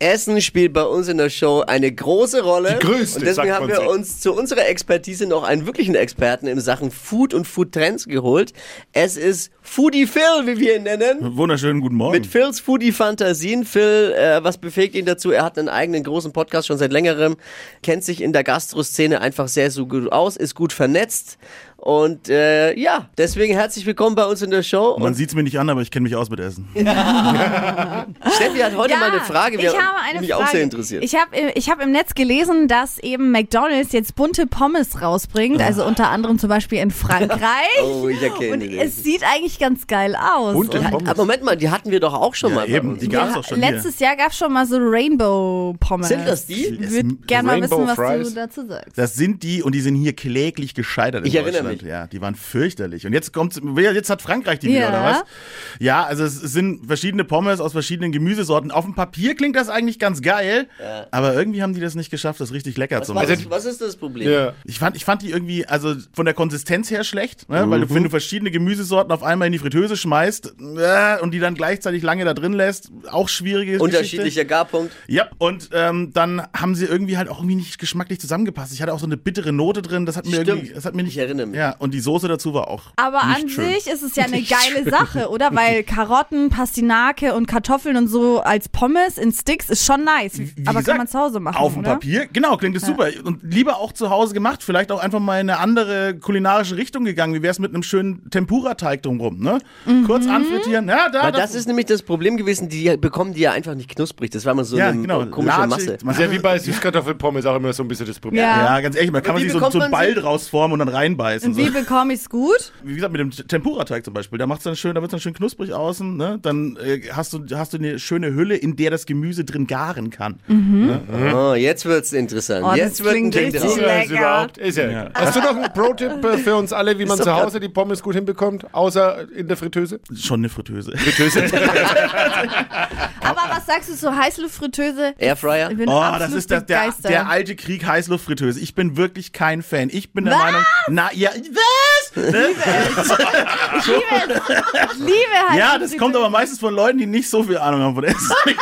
Essen spielt bei uns in der Show eine große Rolle. Die größte, Und deswegen sagt haben man wir sich. uns zu unserer Expertise noch einen wirklichen Experten in Sachen Food und Food Trends geholt. Es ist Foodie Phil, wie wir ihn nennen. Wunderschönen guten Morgen. Mit Phils Foodie Fantasien. Phil, äh, was befähigt ihn dazu? Er hat einen eigenen großen Podcast schon seit längerem, kennt sich in der Gastroszene einfach sehr so gut aus, ist gut vernetzt. Und äh, ja, deswegen herzlich willkommen bei uns in der Show. Man Und sieht's mir nicht an, aber ich kenne mich aus mit Essen. Steffi hat heute Ja, mal eine Frage, ich habe eine mich Frage. auch sehr interessiert. Ich habe äh, ich hab im Netz gelesen, dass eben McDonald's jetzt bunte Pommes rausbringt, also unter anderem zum Beispiel in Frankreich. oh, ich Und erkenne es den. sieht eigentlich ganz geil aus. Bunte Und Pommes. Aber Ah, Moment mal, die hatten wir doch auch schon Ja, mal. bei eben. uns. Die gab's auch schon hier. Letztes Jahr gab es schon mal so Rainbow Pommes. Sind das die? Ich würde gerne mal Rainbow wissen, was Fries. du dazu sagst. Das sind die und die sind hier kläglich gescheitert in Ich erinnere Deutschland. Ja, die waren fürchterlich. Und jetzt kommt's, jetzt hat Frankreich die wieder, Ja. oder was? Ja, also es sind verschiedene Pommes aus verschiedenen Gemüsesorten. Auf dem Papier klingt das eigentlich ganz geil, aber irgendwie haben die das nicht geschafft, das richtig lecker zu machen. Also, Was, was ist das Problem? Ja. Ich fand, ich fand die irgendwie, also von der Konsistenz her schlecht, ne? weil Mhm. du, wenn du verschiedene Gemüsesorten auf einmal in die Fritteuse schmeißt äh, und die dann gleichzeitig lange da drin lässt, auch schwierige Geschichte. Unterschiedlicher Garpunkt. Ja, und ähm, dann haben sie irgendwie halt auch irgendwie nicht geschmacklich zusammengepasst. Ich hatte auch so eine bittere Note drin, das hat mir Stimmt. irgendwie, das hat mir nicht, Ich erinnere mich. Ja, und die Soße dazu war auch. Aber nicht an schön. sich ist es ja eine geile Sache, oder? Weil Karotten, Pastinake und Kartoffeln und so als Pommes in Sticks ist schon nice. Wie Aber gesagt, kann man zu Hause machen, Auf dem oder? Papier, genau, klingt das super. Und lieber auch zu Hause gemacht, vielleicht auch einfach mal in eine andere kulinarische Richtung gegangen. Wie wär's mit einem schönen Tempura-Teig drumrum, ne? Mhm. Kurz anfrittieren, ja, da. Weil das ist nämlich das Problem gewesen, die bekommen die ja einfach nicht knusprig. Das war immer so ja, eine genau. komische Latschig. Masse. Man- Ist ja wie bei Süßkartoffelpommes auch immer so ein bisschen das Problem. Ja. Ja, ganz ehrlich, man kann Wie man sich so, bekommt so einen man sie- Ball draus formen und dann reinbeißen. Und So. wie bekomme ich's gut? wie gesagt, mit dem T- Tempura-Teig zum Beispiel, da macht's dann schön, da wird's dann schön knusprig außen, ne? Dann äh, hast du hast du eine schöne Hülle, in der das Gemüse drin garen kann. Mhm. Oh, jetzt wird's interessant. Oh, das jetzt wird klingt ein Ding richtig draus. Ist ja, ist Lecker. überhaupt, ist ja. Ja. Hast du noch einen Pro-Tipp äh, für uns alle, wie man Ist zu doch Hause die Pommes gut hinbekommt, außer in der Fritteuse? Schon eine Fritteuse. Aber was sagst du zu heiße Fritteuse? Airfryer? Ich bin Oh, absolut das ist das, der, begeistert. der alte Krieg Heißluftfritteuse. Ich bin wirklich kein Fan. Ich bin der Was? Meinung, na ja, was? Ne? Ich liebe es. Ich liebe heiße Ja, das kommt aber meistens von Leuten, die nicht so viel Ahnung haben von Essen. nee, ich,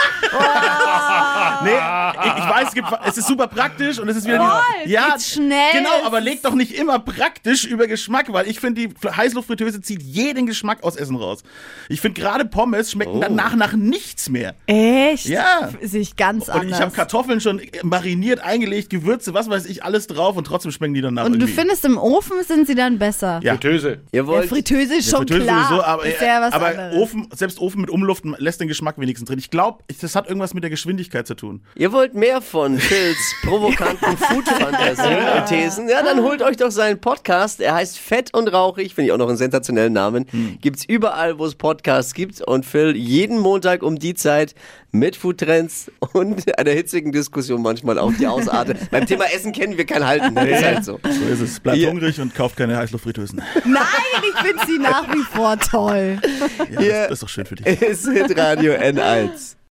ich weiß, es, gibt, es ist super praktisch und es ist wieder Voll, dieses- ja, geht's schnell. Genau, aber leg doch nicht immer praktisch über Geschmack, weil ich finde, die Fl- Heißluftfritteuse zieht jeden Geschmack aus Essen raus. Ich finde gerade Pommes schmecken Oh. danach nach nichts mehr. Echt? Ja. Sehe ich ganz Und anders. ich habe Kartoffeln schon mariniert, eingelegt, Gewürze, was weiß ich, alles drauf und trotzdem schmecken die danach Und du irgendwie. findest, im Ofen sind sie dann besser. Ja. Fritteuse. Ihr Der wollt Fritteuse ist schon Fritteuse klar. sowieso, aber, ist ja was aber anderes. Ofen, selbst Ofen mit Umluften lässt den Geschmack wenigstens drin. Ich glaube, das hat irgendwas mit der Geschwindigkeit zu tun. Ihr wollt mehr von Phils provokanten Food-Fantasien und Thesen? Ja, dann holt euch doch seinen Podcast. Er heißt Fett und Rauchig, finde ich auch noch einen sensationellen Namen. Gibt's überall, wo es Podcasts gibt. Und Phil jeden Montag um die Zeit mit Foodtrends und einer hitzigen Diskussion manchmal auf die Ausarte. Beim Thema Essen kennen wir kein Halten. ne? Ist halt so. So ist es. Bleibt Ja. hungrig und kauft keine Heißluftfritteusen. Nein, ich finde sie nach wie vor toll. Ja, das, das ist doch schön für dich. Es ist Hit Radio N1.